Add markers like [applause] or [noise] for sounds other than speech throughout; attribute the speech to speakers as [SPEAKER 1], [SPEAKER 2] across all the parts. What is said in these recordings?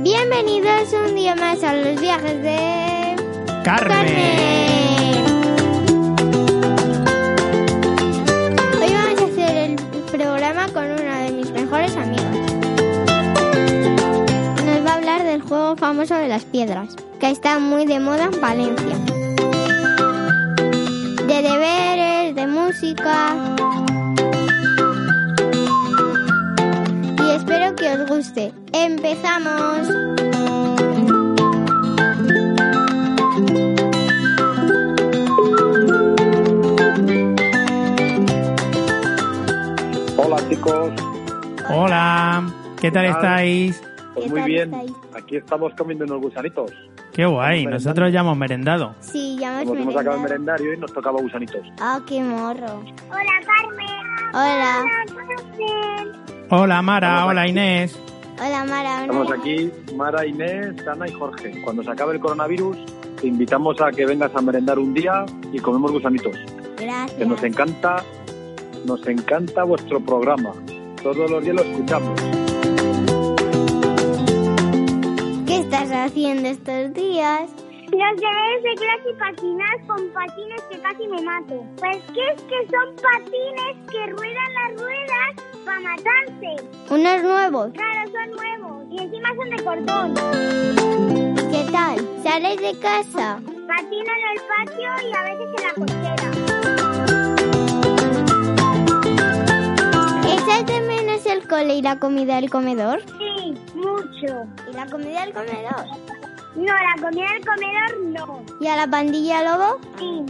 [SPEAKER 1] Bienvenidos un día más a los viajes de Carmen. Hoy vamos a hacer el programa con una de mis mejores amigas. Nos va a hablar del juego famoso de las piedras, que está muy de moda en Valencia. De deberes, de música. Y espero que os guste. ¡Empezamos!
[SPEAKER 2] Hola chicos,
[SPEAKER 3] Hola, ¿qué tal
[SPEAKER 2] ¿Qué tal?
[SPEAKER 3] estáis?
[SPEAKER 2] pues
[SPEAKER 1] ¿Qué
[SPEAKER 2] muy
[SPEAKER 1] tal
[SPEAKER 2] bien,
[SPEAKER 1] estáis? Pues
[SPEAKER 2] aquí estamos comiendo unos gusanitos.
[SPEAKER 3] Qué guay,
[SPEAKER 2] Merendando.
[SPEAKER 3] nosotros ya hemos merendado.
[SPEAKER 1] Sí, ya
[SPEAKER 2] Nos hemos acabado el merendario y nos tocaba gusanitos.
[SPEAKER 1] Ah, qué morro. Hola, Carmen. Hola.
[SPEAKER 3] Hola Mara,
[SPEAKER 2] Estamos
[SPEAKER 3] hola
[SPEAKER 2] aquí.
[SPEAKER 3] Inés.
[SPEAKER 1] Hola, Mara.
[SPEAKER 2] Estamos aquí, Mara, Inés, Ana y Jorge. Cuando se acabe el coronavirus, te invitamos a que vengas a merendar un día y comemos gusanitos. Que nos
[SPEAKER 1] Gracias.
[SPEAKER 2] encanta, nos encanta vuestro programa. Todos los días lo escuchamos.
[SPEAKER 1] ¿Qué estás haciendo estos días?
[SPEAKER 4] Los deberes de clase y patinar con patines que casi me mato. Pues que es que son patines que ruedan las ruedas para matarse.
[SPEAKER 1] Unos nuevos.
[SPEAKER 4] Claro, son nuevos y encima son de cordón.
[SPEAKER 1] ¿Qué tal? ¿Sales de casa?
[SPEAKER 4] Patino en el patio y a veces en la cochera.
[SPEAKER 1] ¿Echas de menos el cole y la comida del comedor?
[SPEAKER 4] Sí, mucho.
[SPEAKER 1] ¿Y la comida del comedor?
[SPEAKER 4] No, la comida del comedor no.
[SPEAKER 1] ¿Y a la pandilla lobo?
[SPEAKER 4] Sí.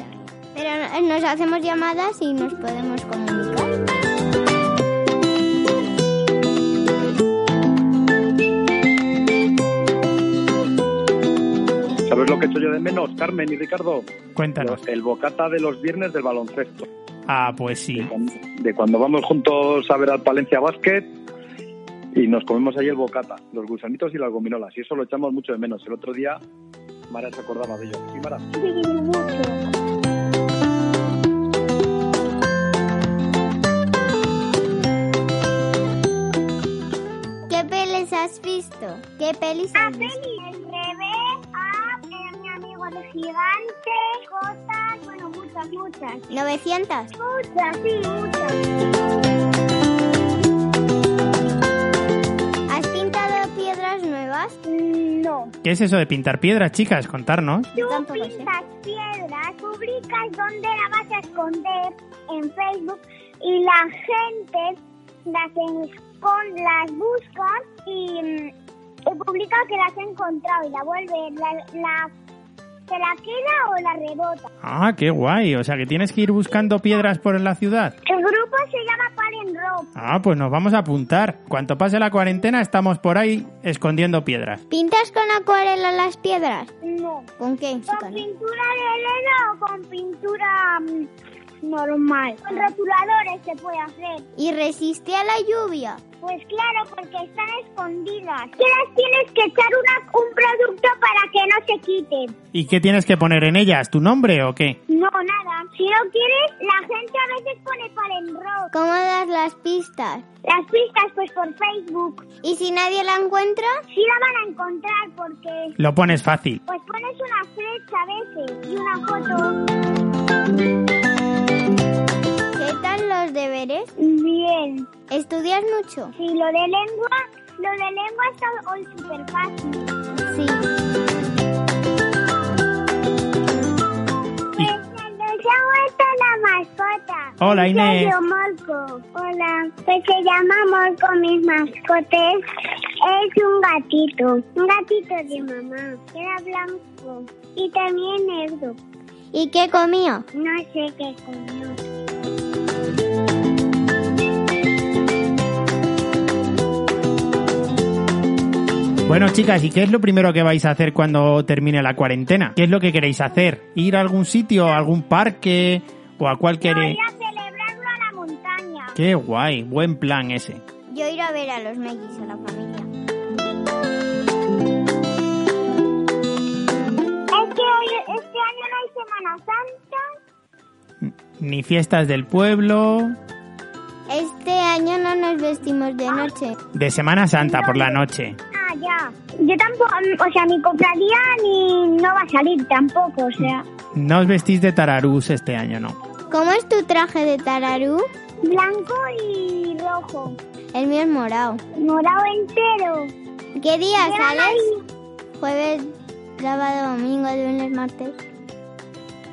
[SPEAKER 1] Pero eh, nos hacemos llamadas y nos podemos comunicar.
[SPEAKER 2] ¿Sabes lo que echo yo de menos, Carmen y Ricardo?
[SPEAKER 3] Cuéntanos.
[SPEAKER 2] El bocata de los viernes del baloncesto.
[SPEAKER 3] Ah, pues sí.
[SPEAKER 2] de cuan- de cuando vamos juntos a ver al Palencia Basket y nos comemos ahí el bocata, los gusanitos y las gominolas. Y eso lo echamos mucho de menos. El otro día Mara se acordaba de ello. Sí, Mara.
[SPEAKER 4] Sí, mucho.
[SPEAKER 1] ¿Qué pelis has visto? ¿Qué pelis
[SPEAKER 4] A
[SPEAKER 1] has visto?
[SPEAKER 4] Feli, el revés, a eh, mi amigo de gigante, cosas, bueno, muchas, muchas.
[SPEAKER 1] 900.
[SPEAKER 4] Muchas, sí, muchas.
[SPEAKER 1] ¿Has pintado piedras nuevas?
[SPEAKER 4] Mm, No.
[SPEAKER 3] ¿Qué es eso de pintar piedras, chicas? Contarnos.
[SPEAKER 4] Tú
[SPEAKER 1] tampoco sé.
[SPEAKER 4] pintas piedras, publicas dónde la vas a esconder en Facebook y la gente las, escon- las busca y, mm, y publica que las ha encontrado y la vuelve, la, la- se la queda o la rebota.
[SPEAKER 3] Ah, qué guay, o sea que tienes que ir buscando piedras por la ciudad.
[SPEAKER 4] El grupo se llama Paren Rock.
[SPEAKER 3] Ah, pues nos vamos a apuntar. Cuanto pase la cuarentena estamos por ahí escondiendo piedras.
[SPEAKER 1] ¿Pintas con acuarela las piedras?
[SPEAKER 4] No.
[SPEAKER 1] ¿Con qué?
[SPEAKER 4] ¿Con pintura de helado o con pintura mm, normal? Con rotuladores se puede hacer.
[SPEAKER 1] ¿Y resiste a la lluvia?
[SPEAKER 4] Pues claro, porque están escondidas. Que las tienes que echar una- un producto para que no se quiten.
[SPEAKER 3] ¿Y qué tienes que poner en ellas? ¿Tu nombre o qué?
[SPEAKER 4] No, nada. Si no quieres, la gente a veces pone para el rock.
[SPEAKER 1] ¿Cómo das las pistas?
[SPEAKER 4] Las pistas, pues por Facebook.
[SPEAKER 1] ¿Y si nadie la encuentra?
[SPEAKER 4] Sí la van a encontrar porque...
[SPEAKER 3] Lo pones fácil.
[SPEAKER 4] Pues pones una flecha a veces y una foto.
[SPEAKER 1] ¿Qué tal los deberes?
[SPEAKER 4] Bien.
[SPEAKER 1] ¿Estudias mucho?
[SPEAKER 4] Sí, lo de lengua... Lo de lengua está hoy súper fácil.
[SPEAKER 1] Sí.
[SPEAKER 3] Y-
[SPEAKER 4] Pues se nos ha muerto la mascota.
[SPEAKER 3] Hola,
[SPEAKER 4] Me
[SPEAKER 3] Inés.
[SPEAKER 4] llamo Molco. Hola. Pues se llama Molco mis mascotes. Es un gatito. Un gatito de mamá. Era blanco. Y también negro.
[SPEAKER 1] ¿Y qué comió?
[SPEAKER 4] No sé qué comió.
[SPEAKER 3] Bueno, chicas, ¿y qué es lo primero que vais a hacer cuando termine la cuarentena? ¿Qué es lo que queréis hacer? ¿Ir a algún sitio, a algún parque o a cualquier...
[SPEAKER 4] Voy a celebrarlo a la montaña.
[SPEAKER 3] Qué guay, buen plan ese.
[SPEAKER 1] Yo ir a ver a los Megis, a la familia.
[SPEAKER 4] Es que hoy, este año no hay Semana Santa.
[SPEAKER 3] Ni fiestas del pueblo,
[SPEAKER 1] Este año no nos vestimos de noche.
[SPEAKER 3] de Semana Santa por la noche.
[SPEAKER 4] Ah, ya. Yo tampoco, o sea, mi cofradía ni no va a salir tampoco, o sea.
[SPEAKER 3] No os vestís de tararús este año, no.
[SPEAKER 1] ¿Cómo es tu traje de tararú?
[SPEAKER 4] Blanco y rojo.
[SPEAKER 1] El mío es morado.
[SPEAKER 4] Morado entero.
[SPEAKER 1] ¿Qué día
[SPEAKER 4] Llevan
[SPEAKER 1] sales?
[SPEAKER 4] ahí-
[SPEAKER 1] Jueves, sábado, domingo, lunes, martes.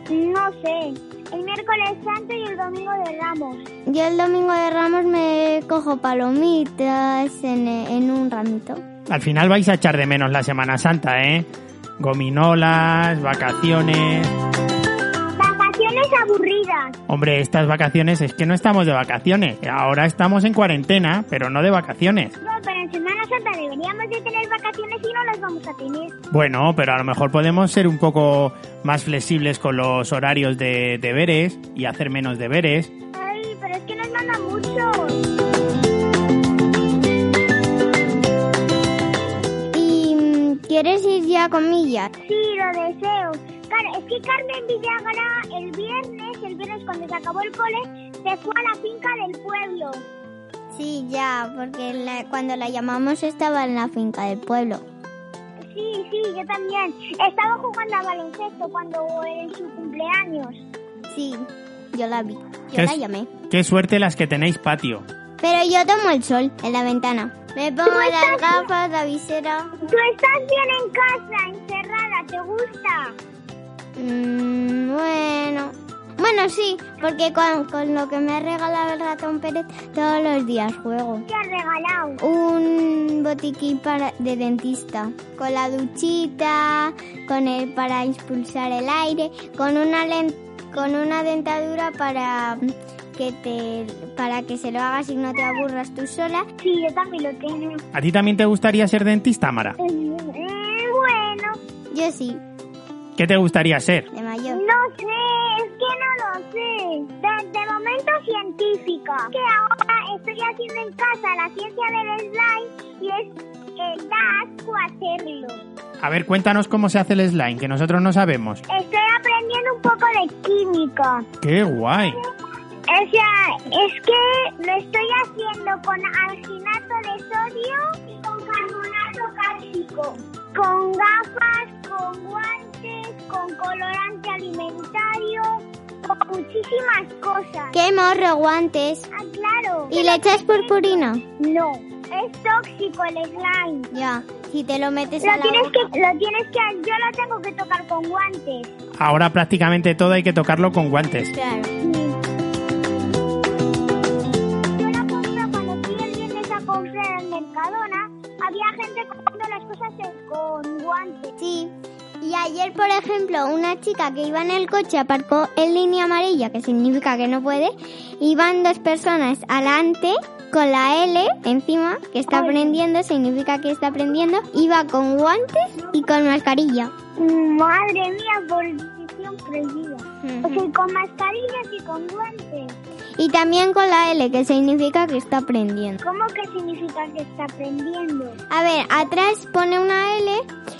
[SPEAKER 4] No sé. El miércoles santo y el domingo de Ramos.
[SPEAKER 1] Yo el domingo de Ramos me cojo palomitas en, en un ramito.
[SPEAKER 3] Al final vais a echar de menos la Semana Santa, ¿eh? Gominolas, vacaciones.
[SPEAKER 4] Vacaciones aburridas.
[SPEAKER 3] Hombre, estas vacaciones es que no estamos de vacaciones. Ahora estamos en cuarentena, pero no de vacaciones.
[SPEAKER 4] No, pero en Semana Santa deberíamos de tener vacaciones y no las vamos a tener.
[SPEAKER 3] Bueno, pero a lo mejor podemos ser un poco más flexibles con los horarios de deberes y hacer menos deberes.
[SPEAKER 4] Ay, pero es que nos manda mucho.
[SPEAKER 1] ¿Y mm, quieres ir ya con Milla?
[SPEAKER 4] Sí, lo deseo. Claro, es que Carmen Villagra el viernes, el viernes cuando se acabó el cole, se fue a la finca del pueblo.
[SPEAKER 1] Sí, ya, porque la- cuando la llamamos estaba en la finca del pueblo.
[SPEAKER 4] Sí, sí, yo también. Estaba jugando a baloncesto cuando en su cumpleaños.
[SPEAKER 1] Sí, yo la vi. Yo
[SPEAKER 3] ¿Qué
[SPEAKER 1] la
[SPEAKER 3] es?
[SPEAKER 1] llamé.
[SPEAKER 3] Qué suerte las que tenéis patio.
[SPEAKER 1] Pero yo tomo el sol en la ventana. Me pongo las gafas, la visera.
[SPEAKER 4] Tú estás bien en casa, encerrada, ¿te gusta?
[SPEAKER 1] Mm, bueno. Bueno, sí, porque con, con lo que me ha regalado el ratón Pérez todos los días juego.
[SPEAKER 4] Te has regalado.
[SPEAKER 1] Un botiquín para, de dentista, con la duchita, con el para expulsar el aire, con una len- con una dentadura para que te para que se lo hagas y no te aburras tú sola.
[SPEAKER 4] Sí, yo también lo tengo.
[SPEAKER 3] ¿A ti también te gustaría ser dentista, Mara?
[SPEAKER 4] Mm, Bueno,
[SPEAKER 1] Yo sí,
[SPEAKER 3] ¿Qué te gustaría ser?
[SPEAKER 1] de mayor.
[SPEAKER 4] no sé, es que no lo sé. De, de momento científica. Que ahora estoy haciendo en casa la ciencia del slime y es el asco hacerlo.
[SPEAKER 3] A ver, cuéntanos cómo se hace el slime, que nosotros no sabemos.
[SPEAKER 4] Estoy aprendiendo un poco de química.
[SPEAKER 3] ¡Qué guay!
[SPEAKER 4] O sea, es que lo estoy haciendo con alginato de sodio y con carbonato cálcico. Con gafas, con guantes, con colorante alimentario, con muchísimas cosas.
[SPEAKER 1] ¡Qué morro, guantes!
[SPEAKER 4] Ah, claro.
[SPEAKER 1] ¿Y le echas purpurina?
[SPEAKER 4] No, es tóxico el slime.
[SPEAKER 1] Ya, si te lo metes a la
[SPEAKER 4] Lo tienes
[SPEAKER 1] boca.
[SPEAKER 4] que, lo tienes que, yo lo tengo que tocar con guantes.
[SPEAKER 3] Ahora prácticamente todo hay que tocarlo con guantes.
[SPEAKER 1] Claro.
[SPEAKER 4] Yo la compro cuando fui el viernes a comprar al Mercadona, había gente comprando las cosas en- con guantes.
[SPEAKER 1] Sí. Y ayer, por ejemplo, una chica que iba en el coche aparcó en línea amarilla, que significa que no puede, iban dos personas adelante con la L encima, que está aprendiendo, significa que está aprendiendo, iba con guantes y con mascarilla.
[SPEAKER 4] Madre mía, por decisión prohibida. O
[SPEAKER 1] Ujú.
[SPEAKER 4] sea, con mascarillas y con guantes.
[SPEAKER 1] Y también con la L, que significa que está aprendiendo.
[SPEAKER 4] ¿Cómo que significa que está aprendiendo?
[SPEAKER 1] A ver, atrás pone una L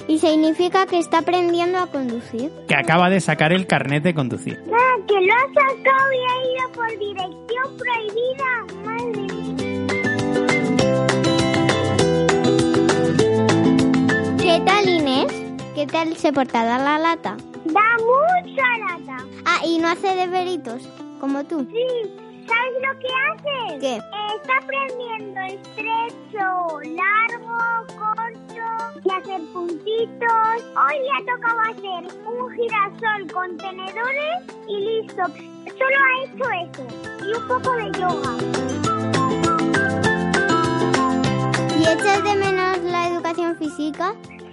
[SPEAKER 1] y significa que está aprendiendo a conducir.
[SPEAKER 3] Que acaba de sacar el carnet de conducir.
[SPEAKER 4] Ah, que lo ha sacado y ha ido por dirección prohibida. Madre mía.
[SPEAKER 1] ¿Qué tal, Inés? ¿Qué tal se portará la lata?
[SPEAKER 4] Da mucha lata.
[SPEAKER 1] Ah, y no hace deberitos, como tú.
[SPEAKER 4] Sí, ¿sabes lo que hace?
[SPEAKER 1] ¿Qué?
[SPEAKER 4] Eh, está aprendiendo estrecho, largo, corto y hace hacer puntitos. Hoy le ha tocado hacer un girasol con tenedores y listo. Solo ha hecho eso y un poco de yoga.
[SPEAKER 1] ¿Y echas de menos la educación física?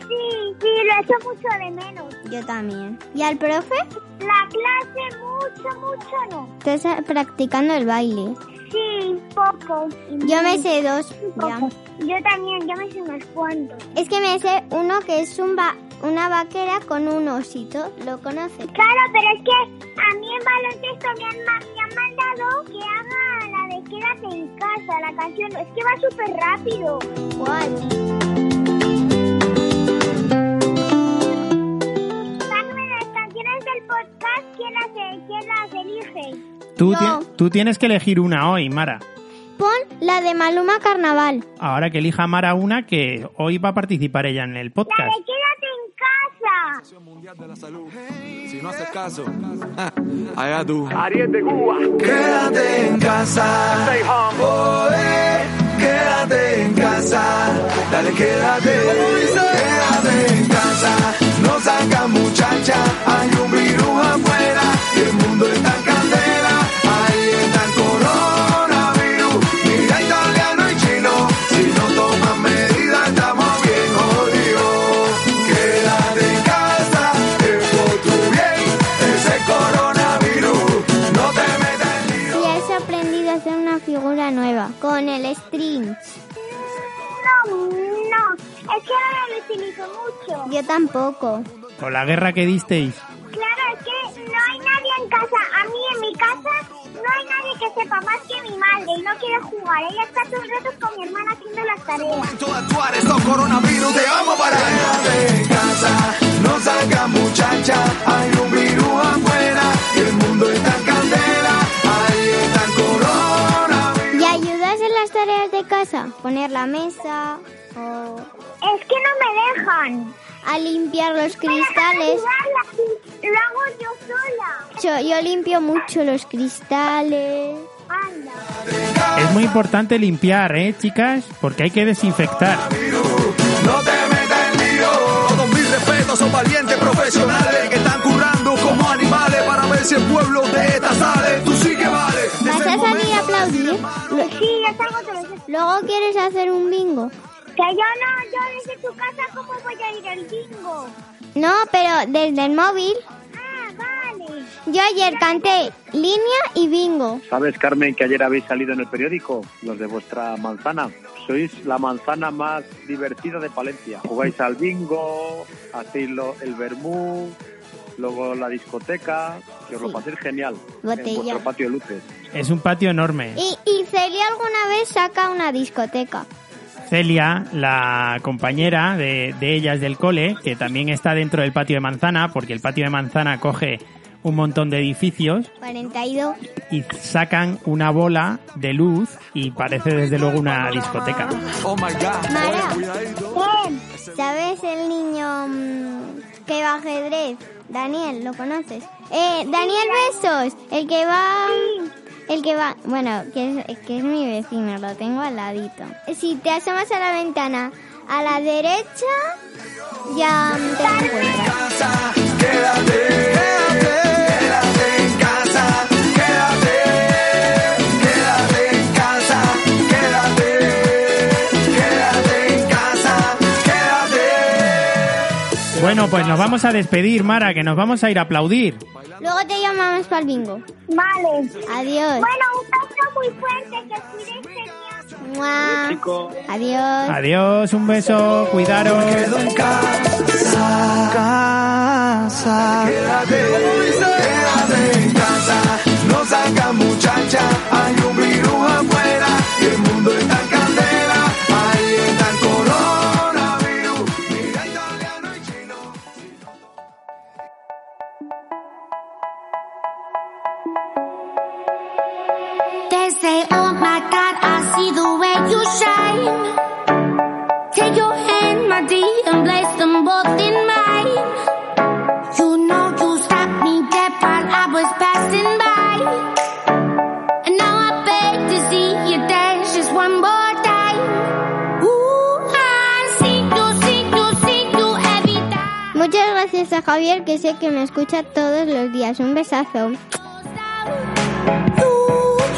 [SPEAKER 4] Sí, sí, lo echo mucho de menos.
[SPEAKER 1] Yo también. ¿Y al profe?
[SPEAKER 4] La clase mucho, mucho no.
[SPEAKER 1] Estás eh, practicando el baile.
[SPEAKER 4] Sí, poco.
[SPEAKER 1] Yo me sé dos. ya.
[SPEAKER 4] Poco. Yo también, yo me sé unos cuantos.
[SPEAKER 1] Es que me sé uno que es un va- una vaquera con un osito. ¿Lo conoces?
[SPEAKER 4] Claro, pero es que a mí en baloncesto me han, ma- me han mandado que haga la de quédate en casa, la canción. Es que va súper rápido.
[SPEAKER 1] ¿Cuál?
[SPEAKER 4] Dame las canciones del podcast, ¿quién las, quién las elige?
[SPEAKER 3] Tú,
[SPEAKER 1] No.
[SPEAKER 3] ti- tú tienes que elegir una hoy, Mara.
[SPEAKER 1] Pon la de Maluma Carnaval.
[SPEAKER 3] Ahora que elija Mara una, que hoy va a participar ella en el
[SPEAKER 4] La
[SPEAKER 3] podcast.
[SPEAKER 4] de quédate en casa.
[SPEAKER 5] Mundial de la Salud. Si no haces é caso, [laughs] allá tú.
[SPEAKER 6] Ariel de Cuba.
[SPEAKER 5] Quédate en casa.
[SPEAKER 6] Stay home.
[SPEAKER 5] Oh, eh, Quédate en casa. Dale, quédate. Quédate en casa. No saca muchacha. Hay un virus afuera. Y el mundo está en candela. Ahí está el coronavirus. Mira italiano y chino. Si no toman medidas, estamos bien jodidos. Quédate en casa. Es por tu bien. Ese coronavirus. No te metas en lío.
[SPEAKER 1] Y he aprendido a hacer una figura nueva con el string.
[SPEAKER 4] No, no, es que ahora lo utilizo mucho.
[SPEAKER 1] Yo tampoco.
[SPEAKER 3] Con la guerra que disteis.
[SPEAKER 4] Claro, es que no hay nadie en casa. A mí en mi casa no hay nadie que sepa más que mi madre y no quiere jugar. Ella está todo el rato con mi hermana haciendo las tareas.
[SPEAKER 5] Todo actuar, estos coronavirus te vamos para Quédate en casa, no salga muchacha, hay un virus afuera y el mundo está en candela, ahí está el coronavirus.
[SPEAKER 1] ¿Y ayudas en las tareas de casa? Poner la mesa o
[SPEAKER 4] Es que no me dejan.
[SPEAKER 1] a limpiar los
[SPEAKER 4] Me dejan
[SPEAKER 1] cristales.
[SPEAKER 4] ayudarla. Lo hago yo sola.
[SPEAKER 1] Yo, yo limpio mucho los cristales.
[SPEAKER 4] Anda.
[SPEAKER 3] Es muy importante limpiar, ¿eh, chicas? Porque hay que desinfectar.
[SPEAKER 5] No te metas en lío. Todos mis respetos son valientes profesionales que están currando como animales para ver si el pueblo de esta sale. Tú sí que vale.
[SPEAKER 1] ¿Vas a salir a aplaudir?
[SPEAKER 4] Lo- Sí, yo salgo todos los días.
[SPEAKER 1] Luego quieres hacer un bingo.
[SPEAKER 4] Que yo no, yo desde tu casa, ¿cómo voy a ir al bingo?
[SPEAKER 1] No, pero desde el móvil.
[SPEAKER 4] Ah, vale.
[SPEAKER 1] Yo ayer canté línea y bingo.
[SPEAKER 2] ¿Sabes, Carmen, que ayer habéis salido en el periódico? Los de vuestra manzana. Sois la manzana más divertida de Palencia. Jugáis al bingo, hacéis lo- el vermú, luego la discoteca, que os lo
[SPEAKER 1] Sí.
[SPEAKER 2] paséis genial en
[SPEAKER 1] Botella.
[SPEAKER 2] vuestro patio de luces.
[SPEAKER 3] Es un patio enorme.
[SPEAKER 1] Y, y Celia alguna vez saca una discoteca.
[SPEAKER 3] Celia, la compañera de, de ellas del cole, que también está dentro del patio de manzana, porque el patio de manzana coge un montón de edificios
[SPEAKER 1] 42.
[SPEAKER 3] y sacan una bola de luz y parece desde luego una discoteca.
[SPEAKER 5] Oh my god.
[SPEAKER 1] Mara.
[SPEAKER 5] Oye, cuidadito.
[SPEAKER 1] ¿Sabes el niño mm, que va a ajedrez? Daniel, ¿lo conoces? Eh, Daniel Besos, el que va... El que va... Bueno, que es, que es mi vecino, lo tengo al ladito. Si te asomas a la ventana a la derecha, ya mm, te lo encuentras.
[SPEAKER 5] casa, quédate, quédate, quédate en casa, quédate, quédate en casa, quédate, quédate en casa, quédate.
[SPEAKER 3] Bueno, pues nos vamos a despedir, Mara, que nos vamos a ir a aplaudir.
[SPEAKER 1] Luego te llamamos para el bingo.
[SPEAKER 4] Vale.
[SPEAKER 1] Adiós.
[SPEAKER 4] Bueno, un beso muy fuerte, que cuidéis de mí.
[SPEAKER 1] Mua.
[SPEAKER 2] Chicos,
[SPEAKER 1] Adiós.
[SPEAKER 3] Adiós, un beso,
[SPEAKER 5] Quedo
[SPEAKER 3] cuidaros.
[SPEAKER 5] en casa, quédate, quédate en casa, no saca muchacha, hay un virus afuera y el mundo está en candela, ahí está el coronavirus, mira italiano y chino.
[SPEAKER 7] They say, oh my God, I see the way you shine. Take your hand, my dear, and place them both in mine. You know you stopped me dead while I was passing by. And now I
[SPEAKER 1] a Javier, que sé que me escucha todos los días. Un besazo.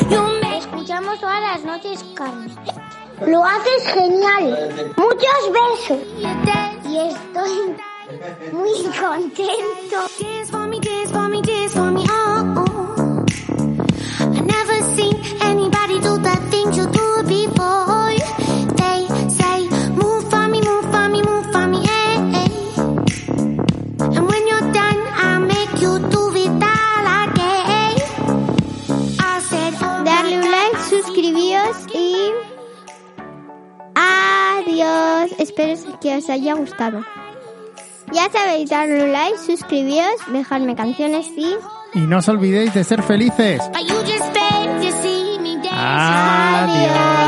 [SPEAKER 8] Te escuchamos todas las noches, Carmen. Lo haces genial. Muchos besos. Y estoy muy contento.
[SPEAKER 4] Dance for me, dance for me, dance for me, oh, oh. I never seen anybody do the things you do before. They say, move for me, move for me, move for me, eh, eh. And when you're done, I'll make you do it all again. I said, oh my
[SPEAKER 1] Darle un
[SPEAKER 4] God,
[SPEAKER 1] like,
[SPEAKER 4] I see
[SPEAKER 1] suscribíos
[SPEAKER 4] the
[SPEAKER 1] y...
[SPEAKER 4] way
[SPEAKER 1] Adiós. Espero que os haya gustado. Ya sabéis, darle un like, suscribíos, dejarme canciones y...
[SPEAKER 3] Y no os olvidéis de ser felices.
[SPEAKER 1] Ah.
[SPEAKER 4] But you just beg to see me dance.
[SPEAKER 3] Adiós.